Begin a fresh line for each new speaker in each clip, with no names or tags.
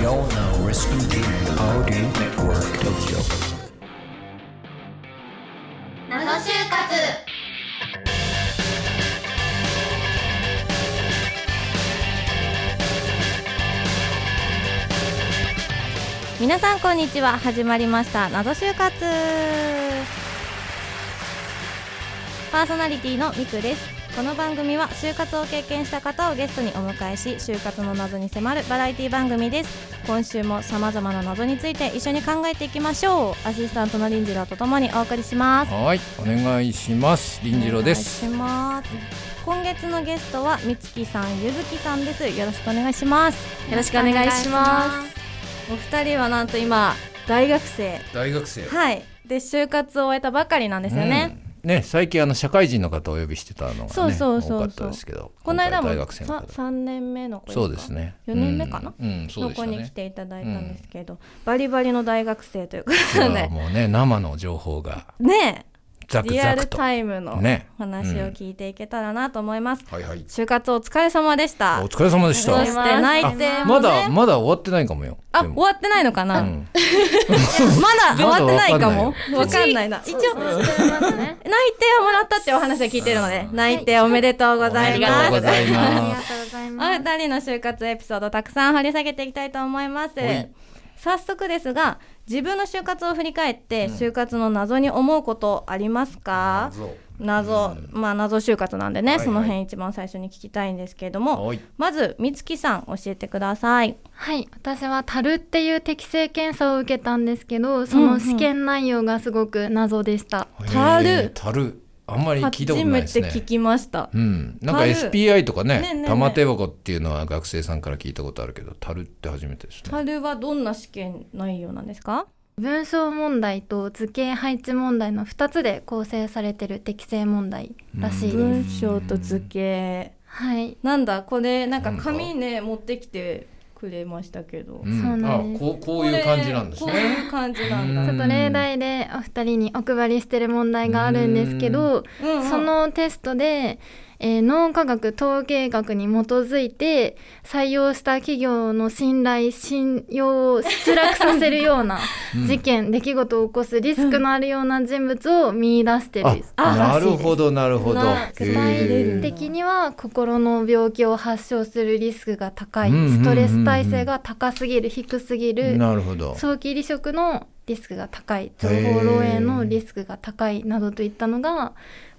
You're now listening to Audio Network Tokyo.
謎就活
皆さんこんにちは始まりました謎就活パーソナリティのみくですこの番組は就活を経験した方をゲストにお迎えし就活の謎に迫るバラエティ番組です今週もさまざまな謎について一緒に考えていきましょうアシスタントの林次郎とともにお送りします
はい、お願いします。林次郎です
お。願いします今月のゲストはみつきさんゆずきさんですよろしくお願いします
よろしくお願いします
お二人はなんと今大学生
大学生。
はい。で就活を終えたばかりなんですよね。
うん。ね、最近あの社会人の方をお呼びしてたのがね、
そうそうそうそう
多かったですけど、
この間
今
も
回大学生の
さ
方。
三年目の子
そうです。ね。
四年目かな
うん、うんそう
の
でし
子
た
に来
ね。
ていただいたんですけど、バリバリの大学生というこ
いや
とで、
もう ね、生の情報が
ね
ザ
え、
ク
リア
ザ
ル
クと。
タイムの
ね
お話を聞いていけたらなと思います。
はいはい。
就活お疲れ様でした
お。疲れ様でし
そ
た
し。て
あり
内
がとうございます
定も
ま
ね、
だまだ終わってないかもよ。
あ
で
終
も
わってないのかな。
うん
まだ終わってないかも。わ
わ
かんないな。一応内定
そうですね
はもらったってお話を聞いてるので、内定おめでとうござい
おめで
ま
とうご
す。
ざい
あり
ま
が
す。
とうござい
お
ます。
二人の就活エピソードたくさん掘り下げていきたいと思います
はい
早速ですが自分の就活を振り返って、就活の謎に思うことありますか謎、まあ謎就活なんでね、
はいはい
その辺一番最初に聞きたいんですけれども
はい。
まずみつきさん教えてください
はい、私はタルっていう適性検査を受けたんですけど、その試験内容がすごく謎でした。
たる
へーたる。あんまり聞いた
初
ことない
め
です
て
ね。
聞きました
うん、なんか
樽
SPI とか
ねえ
ね
ねえねえ
玉手箱っていうのは学生さんから聞いたことあるけど樽って初めてですね。
タルはどんな試験内容なんですか
文章問題と図形配置問題の2つで構成されてる適性問題らしいです。
文章と図形
はい、
なんだこれなんか
なんだ
紙ね持ってきてくれましたけど、
うん
そうなんです
あこうこういう感じなんです
これこう
ね。
いう感じなんだ
う
ちょっと例題でお二人にお配りしてる問題があるんですけど、
うんうん
そのテストで、えー脳科学統計学に基づいて採用した企業の信頼信用を失落させるよ うな事件、出来事を起こすリスクのあるような人物を見出してる。
あなるほ
ど
どなるほど。
な
へー
具体
で
的には心の病気を発症するリスクが高い、
うんうんうんうん
ストレス耐性が高すぎる低すぎる
なるほど。
早期離職のリスクが高い情報漏洩のリスクが高いなどといったのが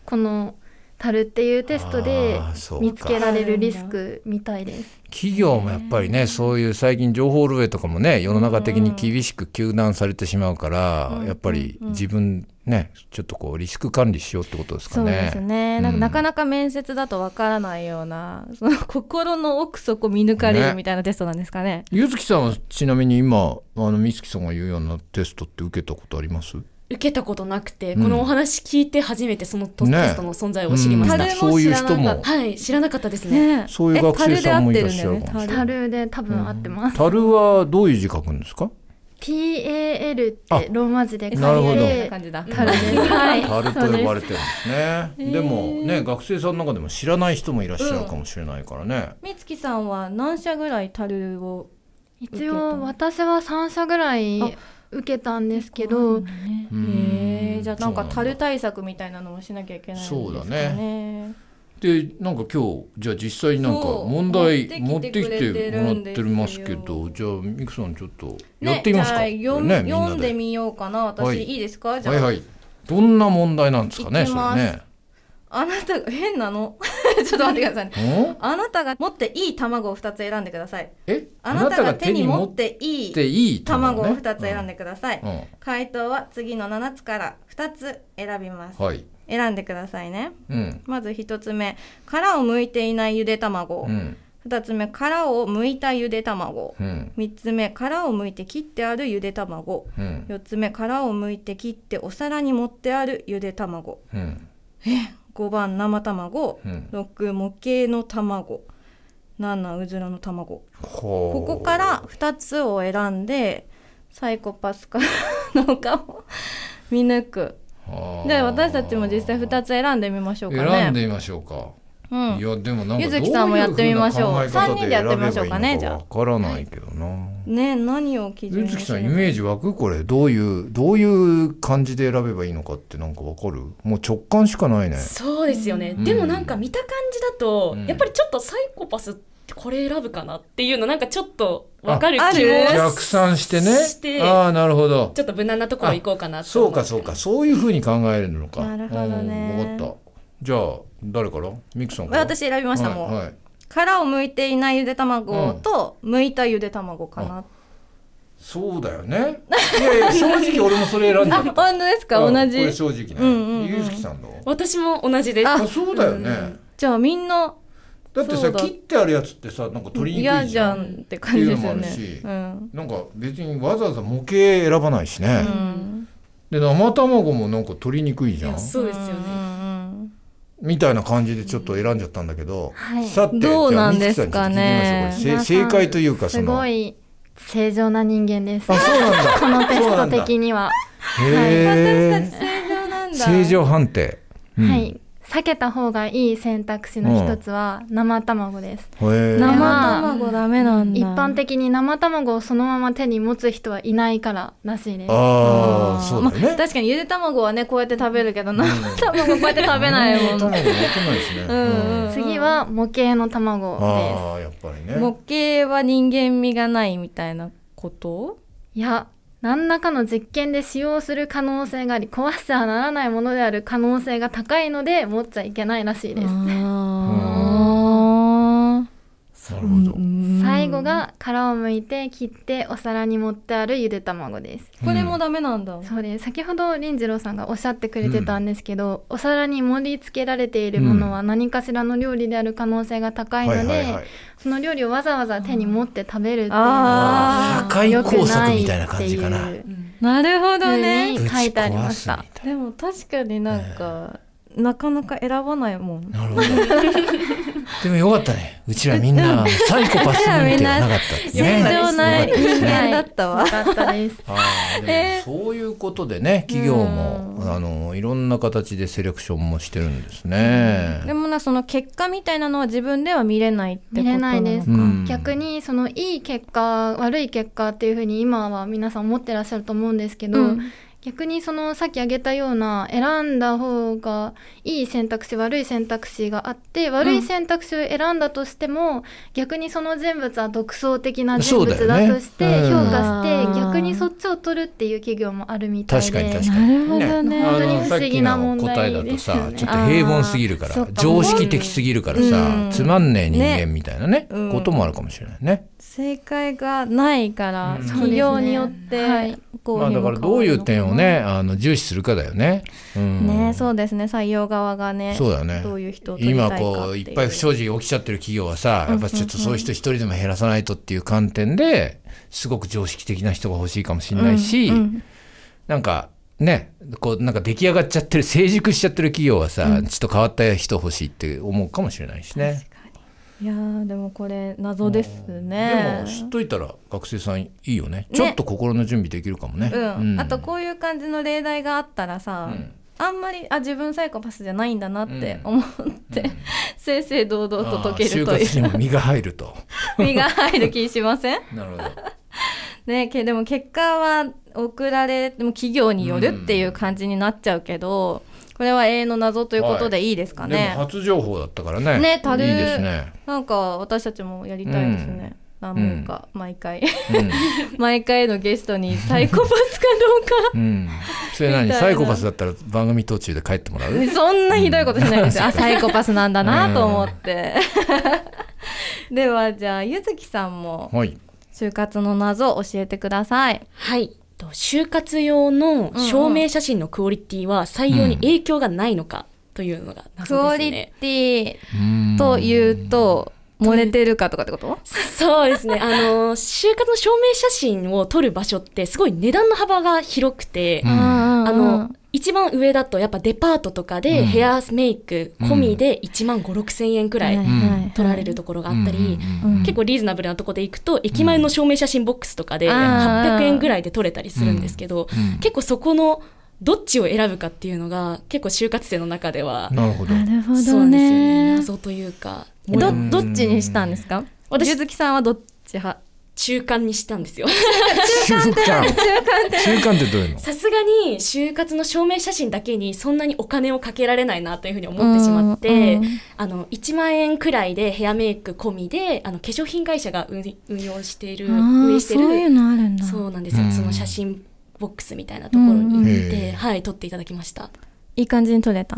このタルっていうテストで
あーそうか
見つけられるリスクみたいです。
企業もやっぱりねそういう最近情報漏洩とかもね世の中的に厳しく糾弾されてしまうから、やっぱり自分ねちょっとこうリスク管理しようってことですか
そう
ね。
ですねなんか
うん
なかなか面接だとわからないような、その心の奥底見抜かれる
ね
みたいなテストなんですかね
ゆずきさんはちなみに今あの美月さんが言うようなテストって受けたことあります？
受けたことなくて、
うん
このお話聞いて初めてそのト
ね
テストの存在を知りました、
うん
そういう人も
はい知らなかったですね
ねえ
そういう学生さんもいらっしゃるかもしれな
え
い
樽で合ってるんだよね樽
タルで多分合ってます。
樽はどういう字書くんですか
TAL
あ
ってローマ字で書いて
なるほど
こんな感じだ
タルです。はい。
樽と
そう
呼
で
ば
す
れてるんですねでもね学生さんの中でも知らない人もいらっしゃるかもしれないからね、
美月さんは何社ぐらい樽を
一応私は三社ぐらい受けたんですけど、
ね
うん
へえじゃあなんか
そうなんだ
樽対策みたいなのもしなきゃいけないんですかね
そうだでなんか今日じゃあ実際になんか
そう
問題
持
持
っ
ってて
きて
き
くれて
て
る
もらっ
んです
て
よ
ますけどじゃあミクさんちょっと
ね
やってみますか、
じゃあ読,、
ねみな
読んでみようかな私、、
はいい
いですかじゃあ、
はいはいどんな問題なんですかね
いき
そ
ます
れね
あなたが変なの ちょっと待ってくださいね
ん
あなたが持っていい卵を2つ選んでください
え
あなたが手に持ってい
っ
い
ていい
卵を
ね
2つ選んでください、
うん、うん
回答は次の7つから2つ選びます、
はい
選んでくださいね
うん
まず1つ目殻を剥いていないゆで卵、
うん
2つ目殻を剥いたゆで卵
うん
3つ目殻を剥いて切ってあるゆで卵
うん
4つ目殻を剥いて切ってお皿に盛ってあるゆで卵
うん
5番生卵
うん
6模型の卵7うずらの卵こ
こ
こから2つを選んでサイコパスかのかを 見抜く
あー
で私たちも実際2つ選んでみましょうかね
選んでみましょうか
うん
いやでもなんか
ゆずきさんもやってみましょう
どい風な考え方
三人でやってみましょうかね
選べばいいのかわからないけどな。
ね何を基準
ゆ
に
ずき
す
さ
る
んイ
の
メージ湧くこれどういうどういう感じで選べばいいのかってなんかわかるもう直感しかないね。
そうですよね、
うん
でもなんか見た感じだと、
うん
やっぱりちょっとサイコパスってこれ選ぶかなっていうのなんかちょっとわかる
あ
気
ある
も
逆算してね。
して
ああなるほど。
ちょっと無難なところ行こうかなと
そ
思
う
って
かそうかそういう風に考えるのか。
なるほどね
うんわかった。じゃあ誰からミクさんから。
私選びました、もう、
はいはい
殻を剥いていないゆで卵と、剥いたゆで卵かな、
そうだよね。いやい や正直俺もそれ選んだ
あ。本当ですか、
うん
同じ
これ正直
うんうんうん
ね。ゆずきさんの。
私も同じです
あ
あそうだよね。
じゃあみんな
だって
そ
さ
うだ
切ってあるやつってさなんか取りにくいじゃ
嫌
ん
じゃんって感じですよね
っていう
う
の
ん、
なんか別にわざわざ模型選ばないしね
う、ん
で生卵もなんか取りにくいじゃん
そうですよね、
うん
みたいな感じでちょっと選んじゃったんだけど、さて
どうなん
じゃ
で
あ
すかね
美月さんに聞いてみましょうこれせ正解というかそ
す
の
ごい正常な人間です
あそうなんだ
このテ
そう
ス
な
ト
んだ
的には、
へ
私たち正常なん
え
だ
正常判定、うん
は
へ
い避けた方がいい選択肢の一つは生卵です、
え
生
卵ダメなんだ
一般的に生卵をそのまま手に持つ人はいないかららしいです
ああそうだよね、
まあ確かにゆで卵はねこうやって食べるけど生卵こうやって食べないもん
生卵持ってないしね、
うんうん
次は模型の卵で
ああやっぱりね
模型は人間味がないみたいなこと
すいや何らかの実験で使用する可能性があり壊してはならないものである可能性が高いので持っちゃいけないらしいです
あー
なるほど、
うん
最後が殻を剥いて切ってお皿に盛ってあるゆで卵です
これもダメなんだ
そうです先ほど林次郎さんがおっしゃってくれてたんですけど、お皿に盛り付けられているものは何かしらの料理である可能性が高いので、その料理をわざわざ手に持って食べるっていうのは
あ
破壊
良く
工作
ない
み
った
いな感
て
じ
い
かな
う
ーなるほど
風
ね
に書いてありました
ぶち壊すみたい
でも確かになんかなかなか選ばないもん
な るほど。でもよかったね。うちらみんなサイコパスなんてなかった って
正
ね。
常な
よかった
人
ですね
間だったわ
よかったです
あーでもそういうことでね、企業も、あの、いろんな形でセレクションもしてるんですね。
でもなその結果みたいなのは自分では見れないってこと
見れないです、
うん
逆にそのいい結果悪い結果っていうふうに今は皆さん思ってらっしゃると思うんですけど、
うん
逆にそのさっき挙げたような選んだ方がいい選択肢悪い選択肢があって悪い選択肢を選んだとしても、逆にその人物は独創的な人
そうだよ
物
ね
だとして
うん
評価して、
あー
逆にそっちを取るっていう企業もあるみたいで
確かに確か
な
に。
るほどね
本当に
あの
不思議な問
さっきの答え
題
だと
です
さ
よね
ちょっと平凡すぎるか
あーそっ
ら
か
常識的すぎるからさ、
うん
つまんねえ人間みたいなね
うん
こともあるかもしれないね。
正解がないから、
うん
企業によっ
は
て
い
こ
まあだからどういう点をねあの重視するかだよね。うん
ねそうですね採用側がね
そうだよね。
どういう人を取りたいか
今
っていう
こういっぱい不祥事が起きちゃってる企業はさやっぱちょっとそういう人一人でも減らさないとっていう観点ですごく常識的な人が欲しいかもしれないし、
うんうん
なんかねこうなんか出来上がっちゃってる成熟しちゃってる企業はさ、ちょっと変わった人欲しいって思うかもしれないしね。
いやーでもこれ謎です
で
ね
も知っといたら学生さんいいよね
ね
ちょっと心の準備できるかもね。
うんあと
う
こういう感じの例題があったらさ、
うん
あんまりあ自分サイコパスじゃないんだなって
うん
思って、 正々堂々と解けると
あー就活
い
に
う
も身が入 ると。
身が入る気しません
なるほど
ねけでも結果は送られでも企業によるっていう感じになっちゃうけど、これは永遠の謎ということでいいですか
で
ね、
も初情報だったからね。
ねたる
いいですね。
なんか私たちもやりたいですね、なんか毎回
うん
毎回のゲストにサイコパスか
うん、それ
み
何
たいな
サイコパスだったら番組途中で帰ってもらう
どうかそんなひどいことしないですよあサイコパスなんだなと思って、 ではじゃあゆずきさんも
はい
就活の謎を教えてください
はいと就活用の証明写真のクオリティは採用に影響がないのかというのが
クオ
謎です
リ
ね。
テ
う
ィ
ん
というと漏れてるかとかってこと
そうですね。あの、就活の証明写真を撮る場所ってすごい値段の幅が広くて、
うん
あ
あ
の、一番上だとやっぱデパートとかで
うん
ヘアメイク込みで1万5、6千円くらい
ん
取られるところがあったり、
うん
うん
結構リーズナブルなとこで行くと、駅前の証明写真ボックスとかで
うん
800円くらいで撮れたりするんですけど、
うん
結構そこのどっちを選ぶかっていうのが結構就活生の中では
なるほど
なるほ
そう
ど
なんですよね
ね。
謎というか
えど
うん
どっちにしたんですか
私
私柚木さんはどっち派
中間にしたんですよ
中間中間ってどういうの
さすがに就活の証明写真だけにそんなにお金をかけられないなというふうに思ってしまって、
うん
あの1万円くらいでヘアメイク込みであの化粧品会社が運運用している運営してる
のあるん
そうなんですよ、
うん
その写真ボックスみたいなところに行っ
うん
て、
へー
はい撮っていただきました
いい感じに撮れた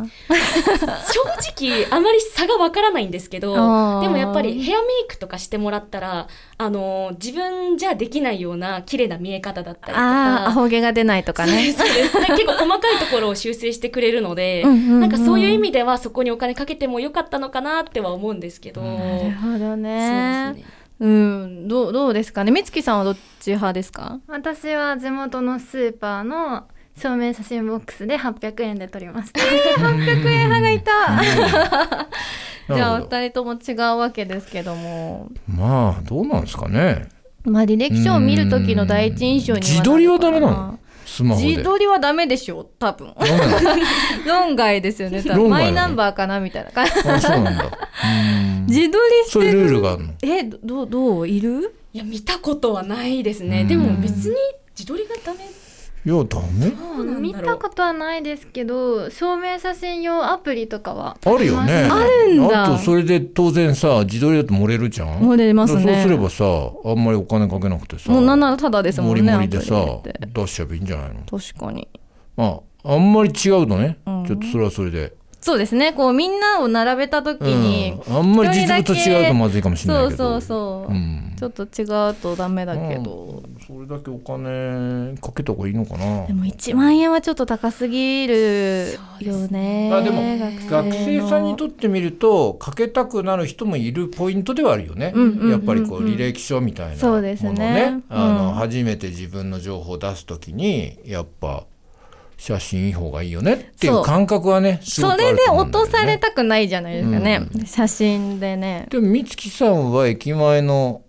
正直あまり差がわからないんですけど
あー
でもやっぱりヘアメイクとかしてもらったらあの自分じゃできないような綺麗な見え方だったりと
あーア
か。
ホ毛が出ないとかね
そうですね結構細かいところを修正してくれるので
うんうんうん
なんかそういう意味ではそこにお金かけてもよかったのかなっては思うんですけど、
なるほど
そうで
ね
すね
うんどうどうですかね美月さんはどっち派ですか
私は地元のスーパーの証明写真ボックスで800円で撮りました。
800円派がいた
じゃあお二人とも違うわけですけども
まあどうなんですかね
まあ履歴書を見る時の第一印象には
自撮りはダメな
るか
のスマホで
自撮りはダメでしょ多 分
ダメなの
論外ですよね多分
論外な
マ
の
イナンバーかなみたいな感 じ
あそうなんだうーん
自撮りし
そうい
て
うルール
る
があるの
えどうどういる
いや見たことはないです
う
ね
ん
でも別に自撮りがダメ
いやダメ
そうなんだろう
見たことはないですけど、証明写真用アプリとかは。
あるよね
あ
るんだ
あとそれで当然さ自撮りだと漏れるじゃん
漏れますね
だからそうすればさあんまりお金かけなくてさ
もうなんならただですも
モ
ん
リ
ね
モリで
ア
さ
プリって
出しちゃえばいいんじゃないの
確かに
まああんまり違うとね、
うん
ちょっとそれはそれで、
そうですねこうみんなを並べた時
う
に、
ん、あんまり実物と違うとまずいかもしれな
そ
いうけど
そうそう、
うん
ちょっと違うとダメだけど、
それだけお金かけた方がいいのかな
でも1万円はちょっと高すぎる
そうで
よ
す
ね
あでも学生さんにとってみるとかけたくなる人もいるポイントではあるよね、
うんうんうんうん
やっぱりこう履歴書みたいな
そ
もの
う
ね
ですね
あの
うん
初めて自分の情報を出すときにやっぱ写真いい方がいいよねってい
そう
う感覚はねすごく
そ
ある
れ
と
で
思う
落
んだよ
と
ね
されたくないじゃないですかね、写真でね
でも美月さんは駅前の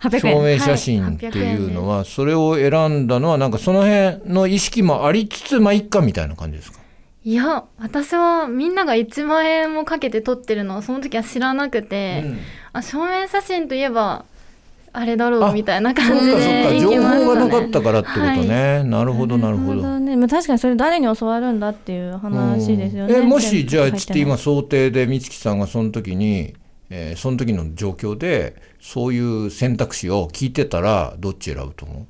800
証
円
明写真っていうのはそれを選んだのはなんかその辺の意識もありつつまあ一家みたいな感じですか
いや、私はみんなが1万円もかけて撮ってるのをその時は知らなくて、あ、証明写真といえば、あれだろ
あ
うみたいな
そっ
感
か
じ
そっ
で
か
行
情
きま
報が
した
なかっ
ね。
たからってことね、なるほどなるほど
ね、まあ確かにそれ誰に教わるんだっていう話ですよね。
うんえもしじゃあちょっと今
す。
想定で美月さんがその時に、えーその時の状況でそういう選択肢を聞いてたらどっち選ぶと思う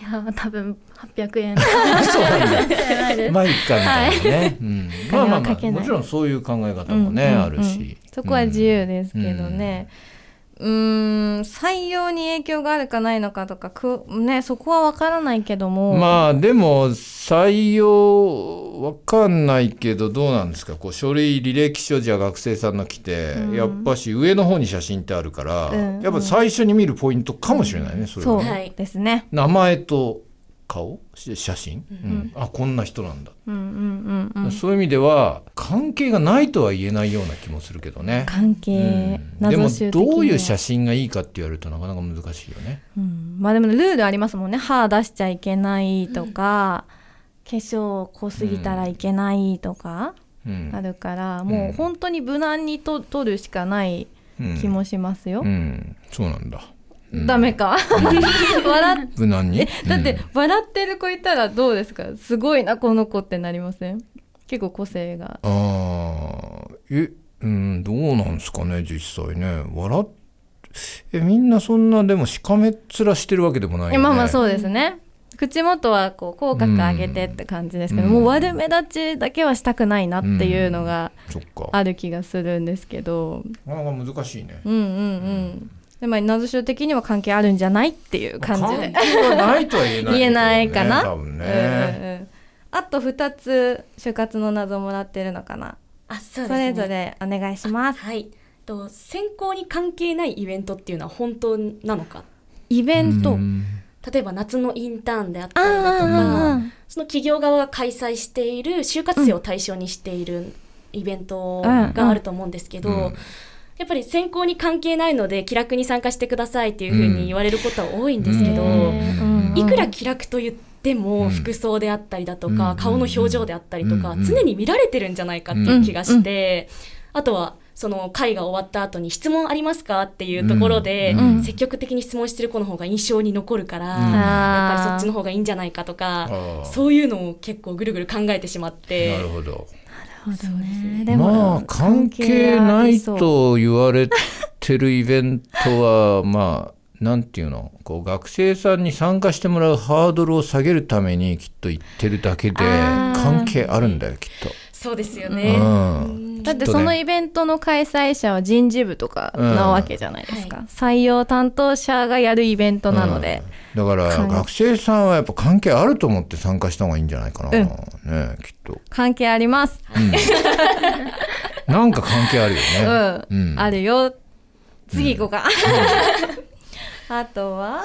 いや、多分800 円。
そうなんだ。 まあいいかみたいなね。うんまあまあま
お金はかけ
あ
ない
もちろんそういう考え方もね、
うんうんうん
あるし。
そこは自由ですけどね。うん、ん採用に影響があるかないのかとかく、ね、そこは分からないけども、
まあでも採用わかんないけどどうなんですかこう書類履歴書じゃ学生さんの来て、
うん
やっぱし上の方に写真ってあるから、
うん
やっぱ最初に見るポイントかもしれないね、それは
そう
ね
はい
ですね。
名前と顔し写真、うんあこんな人なんだ、
うんうんうんうん、
そういう意味では関係がないとは言えないような気もするけどね。
関
う
係、
んで
謎
も
集的には
どういう写真がいいかって言われるとなかなか難しいよね。
うん、まあでもルールありますもんね歯出しちゃいけないとか、化粧濃すぎたらいけないとか
うん
あるから、もう本当に無難にと取るしかない
うん
気もしますよ
う。ん、そうなんだ。うん
ダメか笑っ
無難に。
だって、
うん
笑ってる子いたらどうですかすごいなこの子ってなりません結構個性が
ああ、え、うん、どうなんですかね、実際ね。笑っ、え、みんなそんな、でも、しかめっ面してるわけでもないよ、
え
ね。
まあまあ
う。
そうですね、口元はこう口角上げてって感じですけど、もう悪目立ちだけはしたくないなっていうのが
そっか。
ある気がするんですけど、
なかなか難しいね。
うんうんうん。でまあ謎集的には関係あるんじゃないっていう感じで
関係はないとは言えない、
言えないかな。
多分
うん
ね。
うんうんあと二つ就活の謎もらってるのかな。
あそ
そ
で
う
すね
れぞれお願いします。
はいと選考に関係ないイベントっていうのは本当なのか
イベント。
うん
例えば夏のインターンであっ
あ
たりだとか
あ
その企業側が開催している就活生を対象にしているイベント
うん
があると思うんですけど、
うん
やっぱり選考に関係ないので気楽に参加してくださいっていうふうに言われることは多いんですけど、
うん
うん
いくら気楽と言ってでも
ん
服装であったりだとか、
うん
顔の表情であったりとか、
うん
常に見られてるんじゃないかっていう気がして、あとはその会が終わった後に質問ありますかっていうところで、
うん
うん
積極的に質問してる子の方が印象に残るから、
うん
やっぱ
や
りそっちの方がいいんじゃないかと
あ
か、
ー
そういうのを結構ぐるぐる考えてしまって
なるほど
そうですねで
まあ関係
関係あ
ない
りそう
と言われてるイベントは まあなんていうのこう学生さんに参加してもらうハードルを下げるためにきっと言ってるだけで
あー
関係あるんだよきっ
そうですよ
と。
ね。
うん
だってそのイベントの開催者は人事部とかなわけじゃないですか、
うん
採用担当者がやるイベントなので、
だから
関
学生さんはやっぱ関係あると思って参加した方がいいんじゃないかな、
うん
ねきっと、
関係あります、
うん、なんか関係あるよ
う
ね、
ん、
うん
あるよ次行こうか、 あとは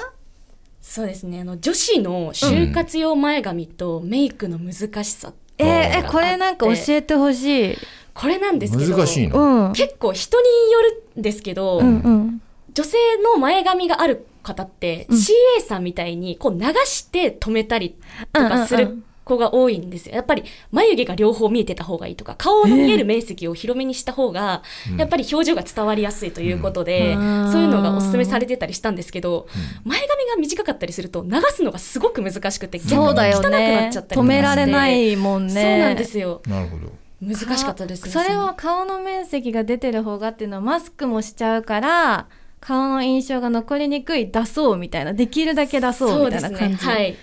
そうですね。あの、女子の就活用前髪とメイクの難しさ。
えーえこれなんか教えてほしい
これなんですけど。
難しいの、
うん
結構人によるんですけど、
うんうん
女性の前髪がある方って、
うん
CA さんみたいにこう流して止めたりとかす
うんうんう
る子が多いんですよ。やっぱり眉毛が両方見えてた方がいいとか、顔の見える面積を広めにした方が、やっぱり表情が伝わりやすいということで、
うん
そういうのがおすすめされてたりしたんですけど、前髪が短かったりすると流すのがすごく難しくて、逆に
そ
汚
う
くな
だ
っちゃ
よ
ったりとか
ね
して
止められないもんね
そうなんですよ。
なるほど
難しかったですね。
それは顔の面積が出てる方がっていうのはマスクもしちゃうから顔の印象が残りにくい出そうみたいなできるだけ出そうみたいな感じ
そうですね、はい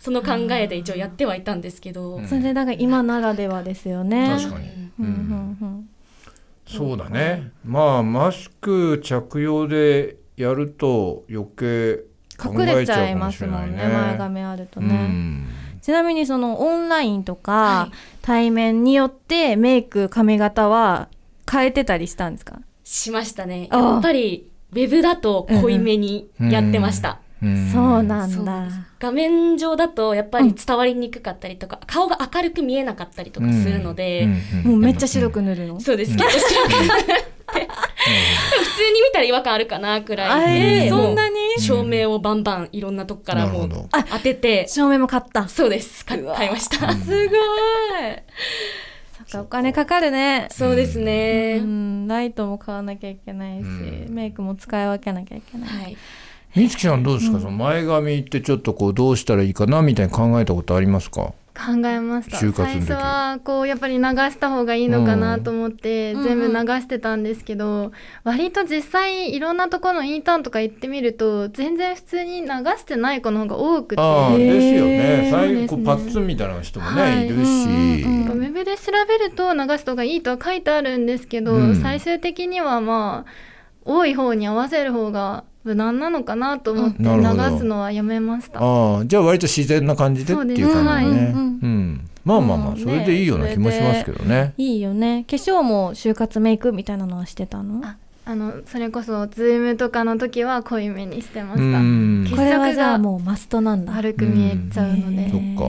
その考えで一応やってはいたんですけど、
それでなんか今ならではですよね
確かに、
うんうん
そうだねまあマスク着用でやると余計考
うん、隠れ
え
ち
ちゃ
ゃ
う
い
かも
ま
し
す
れ
も
ない
ん
ね
ね前髪あると
う
ね、
ん
ちなみにそのオンラインとか
はい
対面によってメイク髪型は変えてたりしたんですか、
しましたね
ああ
やっぱりウェブだと濃いめにやってました、
うん
そうなん
そう
だ
です画面上だとやっぱり伝わりにくかったりとか、顔が明るく見えなかったりとかするので、
うん
もうめっちゃ白く塗るの、
そうですけど、結構白くなって、で も普通に見たら違和感あるかなくらいで、
えー
もう
そんなに
照明をバンバンいろんなとこからも
なるほ
う
ど
当てて
照明も買った
そうですか買いました
すごい。そっか、お金かかるね。
そうです
う
ね、
ん、ライトも買わなきゃいけないし、
うん
メイクも使い分けなきゃいけない。
はい
美月さんどうですか、その前髪ってちょっとこうどうしたらいいかなみたいに考えたことありますか、
考えました
就活の時
最初はこうやっぱり流した方がいいのかなと思って
うん
全部流してたんですけど、割と実際いろんなところのインターンとか行ってみると全然普通に流してない子の方が多くて。
ああ
ー
ですよ
へー
ね
そう
最
です
後
ね
パッツンみたいな人もね、
はい
い、る
う
し、
んうん
ウェブで調べると流すとがいいとは書いてあるんですけど、
うん
最終的にはまあ多い方に合わせる方が無難なのかなと思って
なるほど
流すのはやめました。
ああじゃあ割と自然な感じでっていう感じ
そうで
ね、
す
ね
う
うん
んまあまあまあそれでいいような気もしますけどね、
いいよね。化粧も就活メイクみたいなのはしてたの
ああのそれこそズームとかの時は濃いめにしてま
う
した。
ん
そ
これはじゃあもうマストなんだ。
悪く見えちゃうので、
へ
そ
ー
っか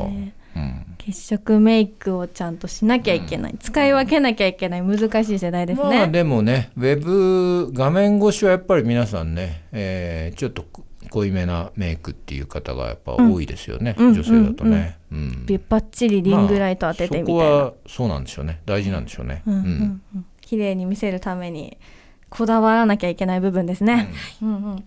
うん
血色メイクをちゃんとしなきゃいけない。使い分けなきゃいけない。難しい世代です
まあ
ね。
でもねウェブ画面越しはやっぱり皆さんね、えーちょっと濃いめなメイクっていう方がやっぱ多いですよね、
うん
女性だとね、うん
ビュッパッチリリングライト当ててみたいな。
まあそこはそうなんでしょうね大事なんでしょうね、
うんう
うんん
うん綺麗に見せるためにこだわらなきゃいけない部分ですね。うんうん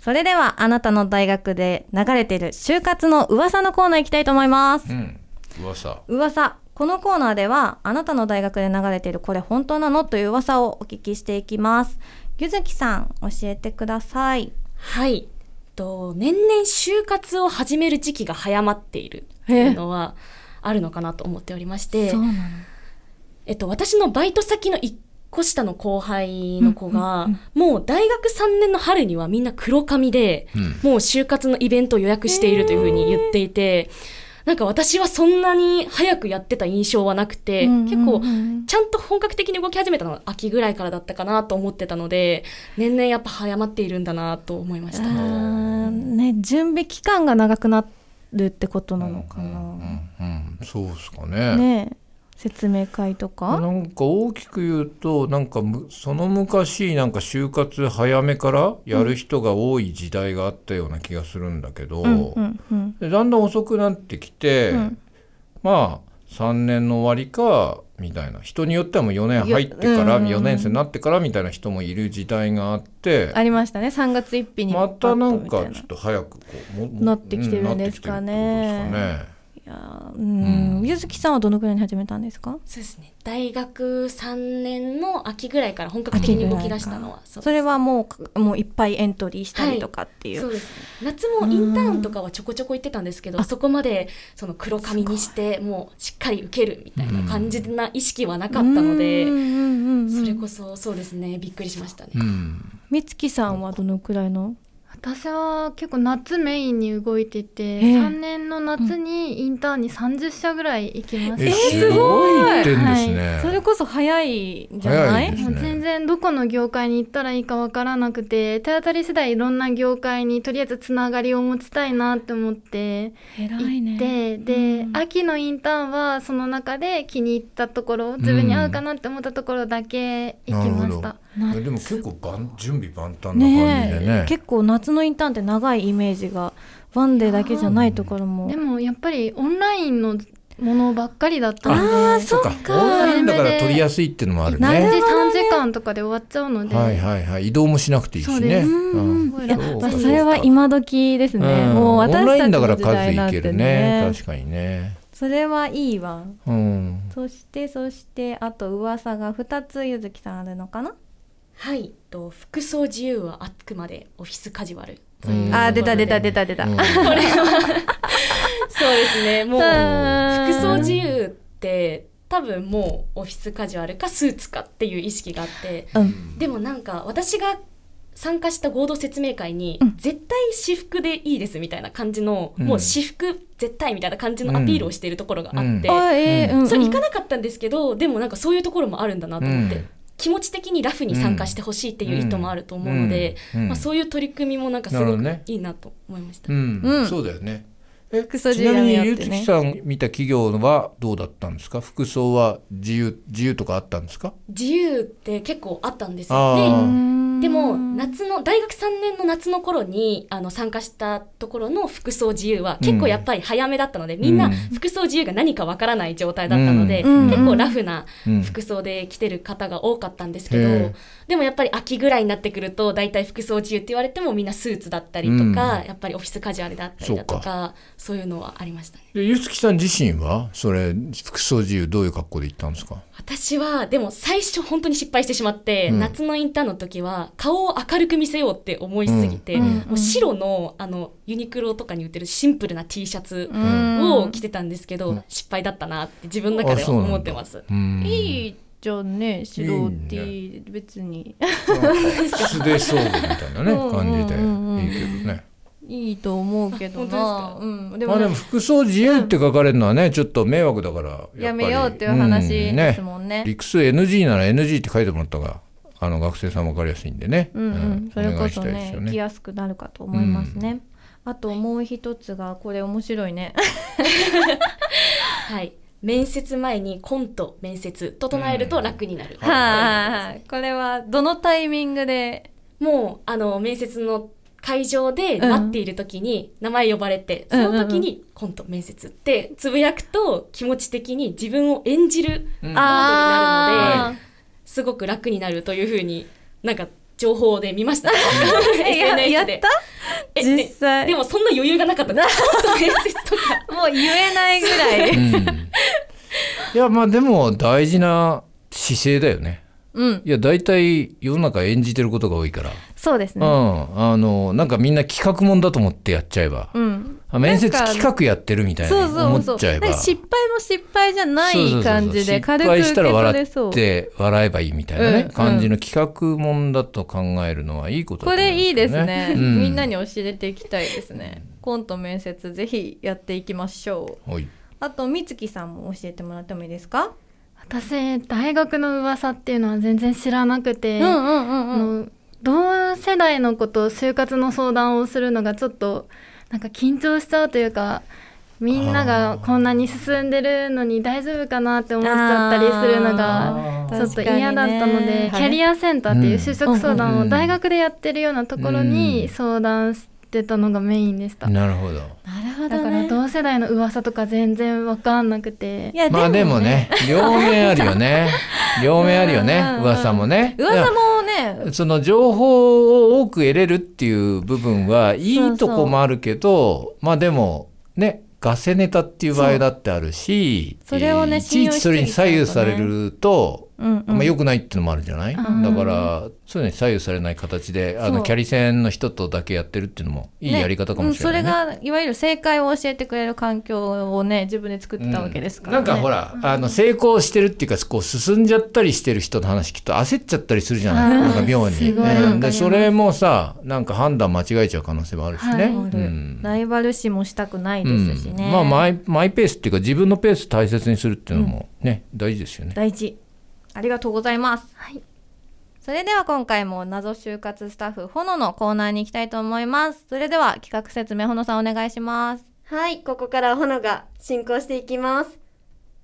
それではあなたの大学で流れている就活の噂のコーナー行きたいと思います。
うん噂
噂このコーナーではあなたの大学で流れているこれ本当なのという噂をお聞きしていきます。ゆずきさん教えてください。
はい。と年々就活を始める時期が早まっているというのはあるのかなと思っておりまして、
なの。
えっと、私のバイト先の一個下の後輩の子が、もう大学3年の春にはみんな黒髪で、
うん
もう就活のイベントを予約しているというふうに言っていて、なんか私はそんなに早くやってた印象はなくて、
うんうんうん
結構ちゃんと本格的に動き始めたのは秋ぐらいからだったかなと思ってたので、年々やっぱ早まっているんだなと思いました。
あーね準備期間が長くなるってことなのかな。
うんうんそうですかね
ねえ説明会とか
なんか大きく言うとなんかむその昔なんか就活早めからやる人が多い時代があったような気がするんだけど、
うんうんうん
でだんだん遅くなってきて、
うん
まあ3年の終わりかみたいな人によってはもう4年入ってから、
うんうんうん
4年生になってからみたいな人もいる時代があって
ありましたね3月1日に
またなん
パッ
か
とみ
ち
た
ょ
い
っと早くこうもも
なってきてるんですかね
うんなってきてるってことですかね
いやーうん
うん
ゆずきさんはどのくらいに始めたんですか
そうですね大学3年の秋ぐらいから本格的に動き出したのは
そうそれはもうもういっぱいエントリーしたりとかっていう、
そうですね夏もインターンとかはちょこちょこ行ってたんですけど、そこまでその黒髪にしてもうしっかり受けるみたいな感じな意識はなかったので、
うんうんうんうん
それこそそうですねびっくりしましたね、
うん
みつきさんはどのくらいの
私は結構夏メインに動いてて、
ええ
3年の夏にインターンに30社ぐらい行きました、
えすごいってんですね、
それこそ早いんじゃない
早いです
もう全然どこの業界に行ったらいいかわからなくて手当たり次第いろんな業界にとりあえずつながりを持ちたいなって思って
偉い
行
ね
って、で、
うん
秋のインターンはその中で気に入ったところ自分に合うかなって思ったところだけ行きました、
な
えでも結構万準備万端な感じでね
ねえ結構夏のインターンって長いイメージがワンデーだけじゃないところも
でもやっぱりオンラインのものばっかりだったので
あー
そっかオンラインだから取りやすいっていうのもある
1
なる
ね
日3時間とかで終わっちゃうので、
はいはいはい移動もしなくていいし
そう
ね
です
う
うん
ん
うんい
い
や
や
そう
ま
か
あ
そうか
それは今時ですね、
ん
もう私
オンライ
た
ン
ち
だから
の時代なん
数
て
い
ね
けるね確かにね
それはいいわ
うん
そしてそしてあと噂が2つゆずきさんあるのかな
はいと服装自由はあくまでオフィスカジュアル
うん
あー出た出た出た出た、
うん
そうですねもう
うん
服装自由って多分もうオフィスカジュアルかスーツかっていう意識があって
うん、
でもなんか私が参加した合同説明会に、
うん
絶対私服でいいですみたいな感じの、
うん
もう私服絶対みたいな感じのアピールをしているところがあって、
あえー
うん
うんうん
それ行かなかったんですけどでもなんかそういうところもあるんだなと思って、
うん
気持ち的にラフに参加してほしいっていう意図もあると思うので、
うんうん
まあ、そういう取り組みもなんかす
な
ご
るほど
く
ね
いいなと思いました。
うん
うん
そうだよねえ
服装自
ち
由
なみ
やめ
に
よ
ゆ
うって
つ
ね
きさん見た企業はどうだったんですか服装は自由自由とかあったんですか
自由って結構あったんですよ。
あー
で
うん
でも夏の大学3年の夏の頃にあの参加したところの服装自由は結構やっぱり早めだったので、みん
う
なん服装自由が何かわからない状態だったので、
うん
結構ラフな
うん
服装で来てる方が多かったんですけ
へ
ど、
え
でもやっぱり秋ぐらいになってくると大体服装自由って言われてもみんなスーツだったりとか、やっぱりオフィスカジュアルだったりだと
そう
か
か
そういうのはありましたね。
でゆつきさん自身はそれ服装自由どういう格好で行ったんですか
私はでも最初本当に失敗してしまって、
うん
夏のインターンの時は顔を明るく見せようって思いすぎて、
うんうん
もう白のあのユニクロとかに売ってるシンプルな T シャツを着てたんですけど、失敗だったなって自分の中で
あ
は
そうなんだ
思ってます。
うん
いいじゃんね白
いいね
T 別に
素手装具みたいなね
うん
感じで
うんうんうん
いいけどね。
いいと思うけどな
あ本当ですか
うんで
まあでも服装自由って書かれるのはねちょっと迷惑だからやっぱり
やめようっていう話
ん
ですもんね
理屈 NG なら NG って書いてもらったがあの学生さんわかりやすいんでね。
うんうん、それこそ
お願いしたいです
ね
よ
行き
ね。
やすくなるかと思いますね、あともう一つがこれ面白いね
はい面接前にコント面接と唱えると楽になる。
はい これはどのタイミングで
もうあの面接の会場で待っている時に名前呼ばれて、その時にコント面接ってつぶやくと気持ち的に自分を演じるモードになるので、
あ
すごく楽になるというふうになんか情報で見ました。
えや
SNS
やっ
で
た
え
実際
ででもそんな余裕がなか った。コント面接とか。
もう言えないぐらい
うんいやまあでも大事な姿勢だよね。
うん
いや大体世の中演じてることが多いから、
そうです
う
ね
ん、あのなんかみんな企画もんだと思ってやっちゃえば、
うん
あ面接
なんか
企画やってるみたい
そう
な
そう
思
そ
っ
う
ちゃえば
なんか失敗も失敗じゃな
そうそうそうそ
いう感じで軽く受け
失敗したら
取
笑
れそう
って笑えばいいみたいなね、
うん
感じの企画もんだと考えるのはいいことだ
こと
思
れいいですね、
うん
みんなに教えていきたいですねコント面接ぜひやっていきましょう
はい
あとみつきさんも教えてもらってもいいですか、
私大学の噂っていうのは全然知らなくて、
うんう
あの同世代の子と就活の相談をするのがちょっとなんか緊張しちゃうというかみんながこんなに進んでるのに大丈夫かなって思っちゃったりするのがちょっと嫌だったので、キャリアセンターっていう就職相談を大学でやってるようなところ
うん
に相談してたのがメインでした、
なるほど。
なるほ
だ
ど
から
ね
同世代の噂とか全然わかんなくて
いや
まあでもね、両面あ るよね。両面あるよね
うんうんう、ん
噂もね。
噂もね
その情報を多く得れるっていう部分はい
そ
いう
そ
と
う
こもあるけどまあでもねガセネタっていう場合だってあるし
そうそれをね
いちいちそれに左右される
う
と、
んう
まあ、
ん
良くないっていうのもあるじゃない、
ん
だからそういうのに左右されない形であ
そ
の
う
キャリセンの人とだけやってるっていうのもいい
ね
やり方かもしれない、ね
うんそれがいわゆる正解を教えてくれる環境をね自分で作ってたわけですから、ね
なんかほら、あの成功してるっていうかこう進んじゃったりしてる人の話聞くと焦っちゃったりするじゃない、
あー
なんか妙に、
す
ね
ごいわかりま
ですそれもさなんか判断間違えちゃう可能性もあるしね、
は
う
い
ん
ライバル視もしたくないですしね、
うんまあマイマイペースっていうか自分のペース大切にするっていうのもね、大事ですよね
大事ありがとうございます、
はい
それでは今回も謎就活スタッフほののコーナーに行きたいと思いますそれでは企画説明ほのさんお願いします
はい、ここからほのが進行していきます。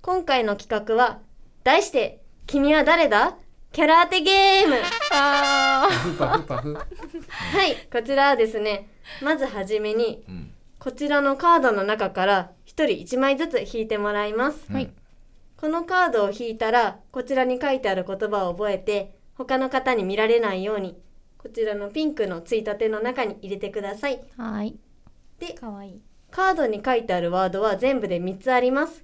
今回の企画は、題して、君は誰だキャラ当てゲーム
あ
パフパフ
はい、こちらはですね、まずはじめに、
ん
こちらのカードの中から1人1枚ずつ引いてもらいます。
はい
このカードを引いたら、こちらに書いてある言葉を覚えて、他の方に見られないように、こちらのピンクのついたての中に入れてください。
はい
で
かわいい
カードに書いてあるワードは全部で3つあります。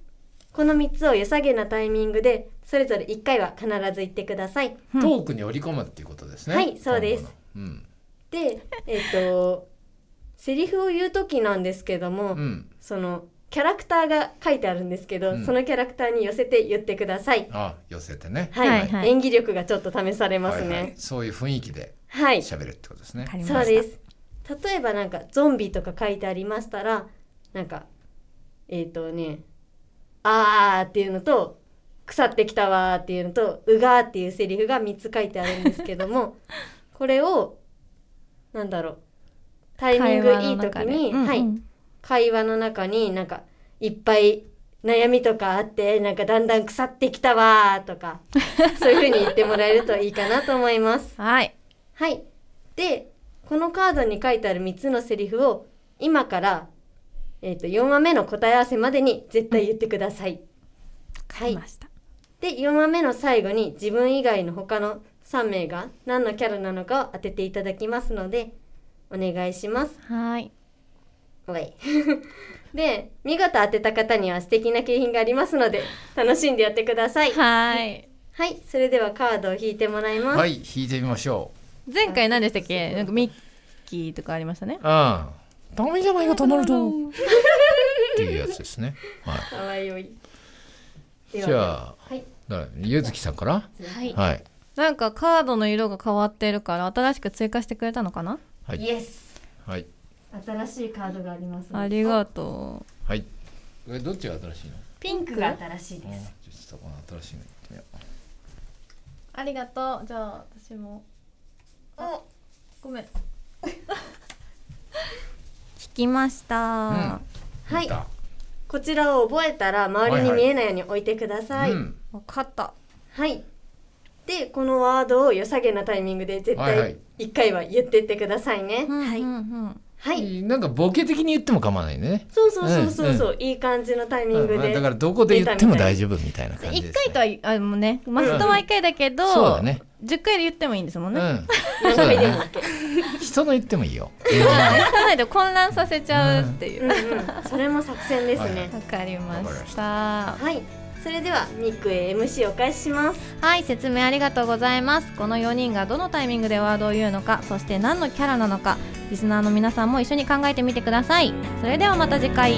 この3つを良さげなタイミングで、それぞれ1回は必ず言ってください。
トークに織り込むっていうことですね
はいそうです
今後のうん
で、 えっ、と、セリフを言うときなんですけども、
うん
その、キャラクターが書いてあるんですけど、
うん
そのキャラクターに寄せて言ってください。
あ寄せてね
はい、
はいはい
演技力がちょっと試されます
はいはい
ね。
そういう雰囲気で
はい、
喋るってことですね、
わかりました
そうです。例えばなんかゾンビとか書いてありましたら、なんかえっ、とね、あーっていうのと腐ってきたわーっていうのとうがーっていうセリフが3つ書いてあるんですけど も、これをなんだろうタイミングいい時に、
うんうん
はい、会話の中になんかいっぱい悩みとかあってなんかだんだん腐ってきたわーとかそういう風に言ってもらえるといいかなと思います。
はい
はい。で、このカードに書いてある3つのセリフを今から、えー、と4話目の答え合わせまでに絶対言ってください。は
来
い
ま。した
で、4話目の最後に自分以外の他の3名が何のキャラなのかを当てていただきますので、お願いします。
はい
おい。 で、見事当てた方には素敵な景品がありますので、楽しんでやってください。
はい
はい、それではカードを引いてもらいます。
はい引いてみましょ
前回何でしたっけなんかミッキーとかありましたね
ううんダメじゃないかとなるとっていうやつですねはい
かわいい。では
じゃあ、
はい
だゆずきさんからはい、
なんかカードの色が変わってるから新しく追加してくれたのかな
はい
イエス
はい
新しいカードがあります
ありがとう
はいこれどっちが新しいの
ピンクが新しい
うん
です
ちょっとこの新しいのいってみよう
ありがとうじゃあ私もおごめん聞きました、
は
見
い
た
こちらを覚えたら周りに見えないように置いてください
うん
分
はい、
かった
でこのワードを良さげなタイミングで絶
はいはい
対一回は言ってってくださいね
はい、うん
はい、
なんかボケ的に言っても構わないね
そうそうそうそうそう、いい感じのタイミング
うん
で、
だからどこで言っても大丈夫みたいな感じ
1
です、ね、
回とはあもうねマストは1回だけど、
そうだね
10回で言ってもいいんですもんね、
うんそうだね人の言ってもいいよ
聞かないと混乱させちゃうっていう、
うんうん、それも作戦ですね
わかりま
わかりま
し
した
はい、それではミックへ MC をお返しします
はい説明ありがとうございますこの4人がどのタイミングでワードを言うのかそして何のキャラなのかリスナーの皆さんも一緒に考えてみてくださいそれではまた次回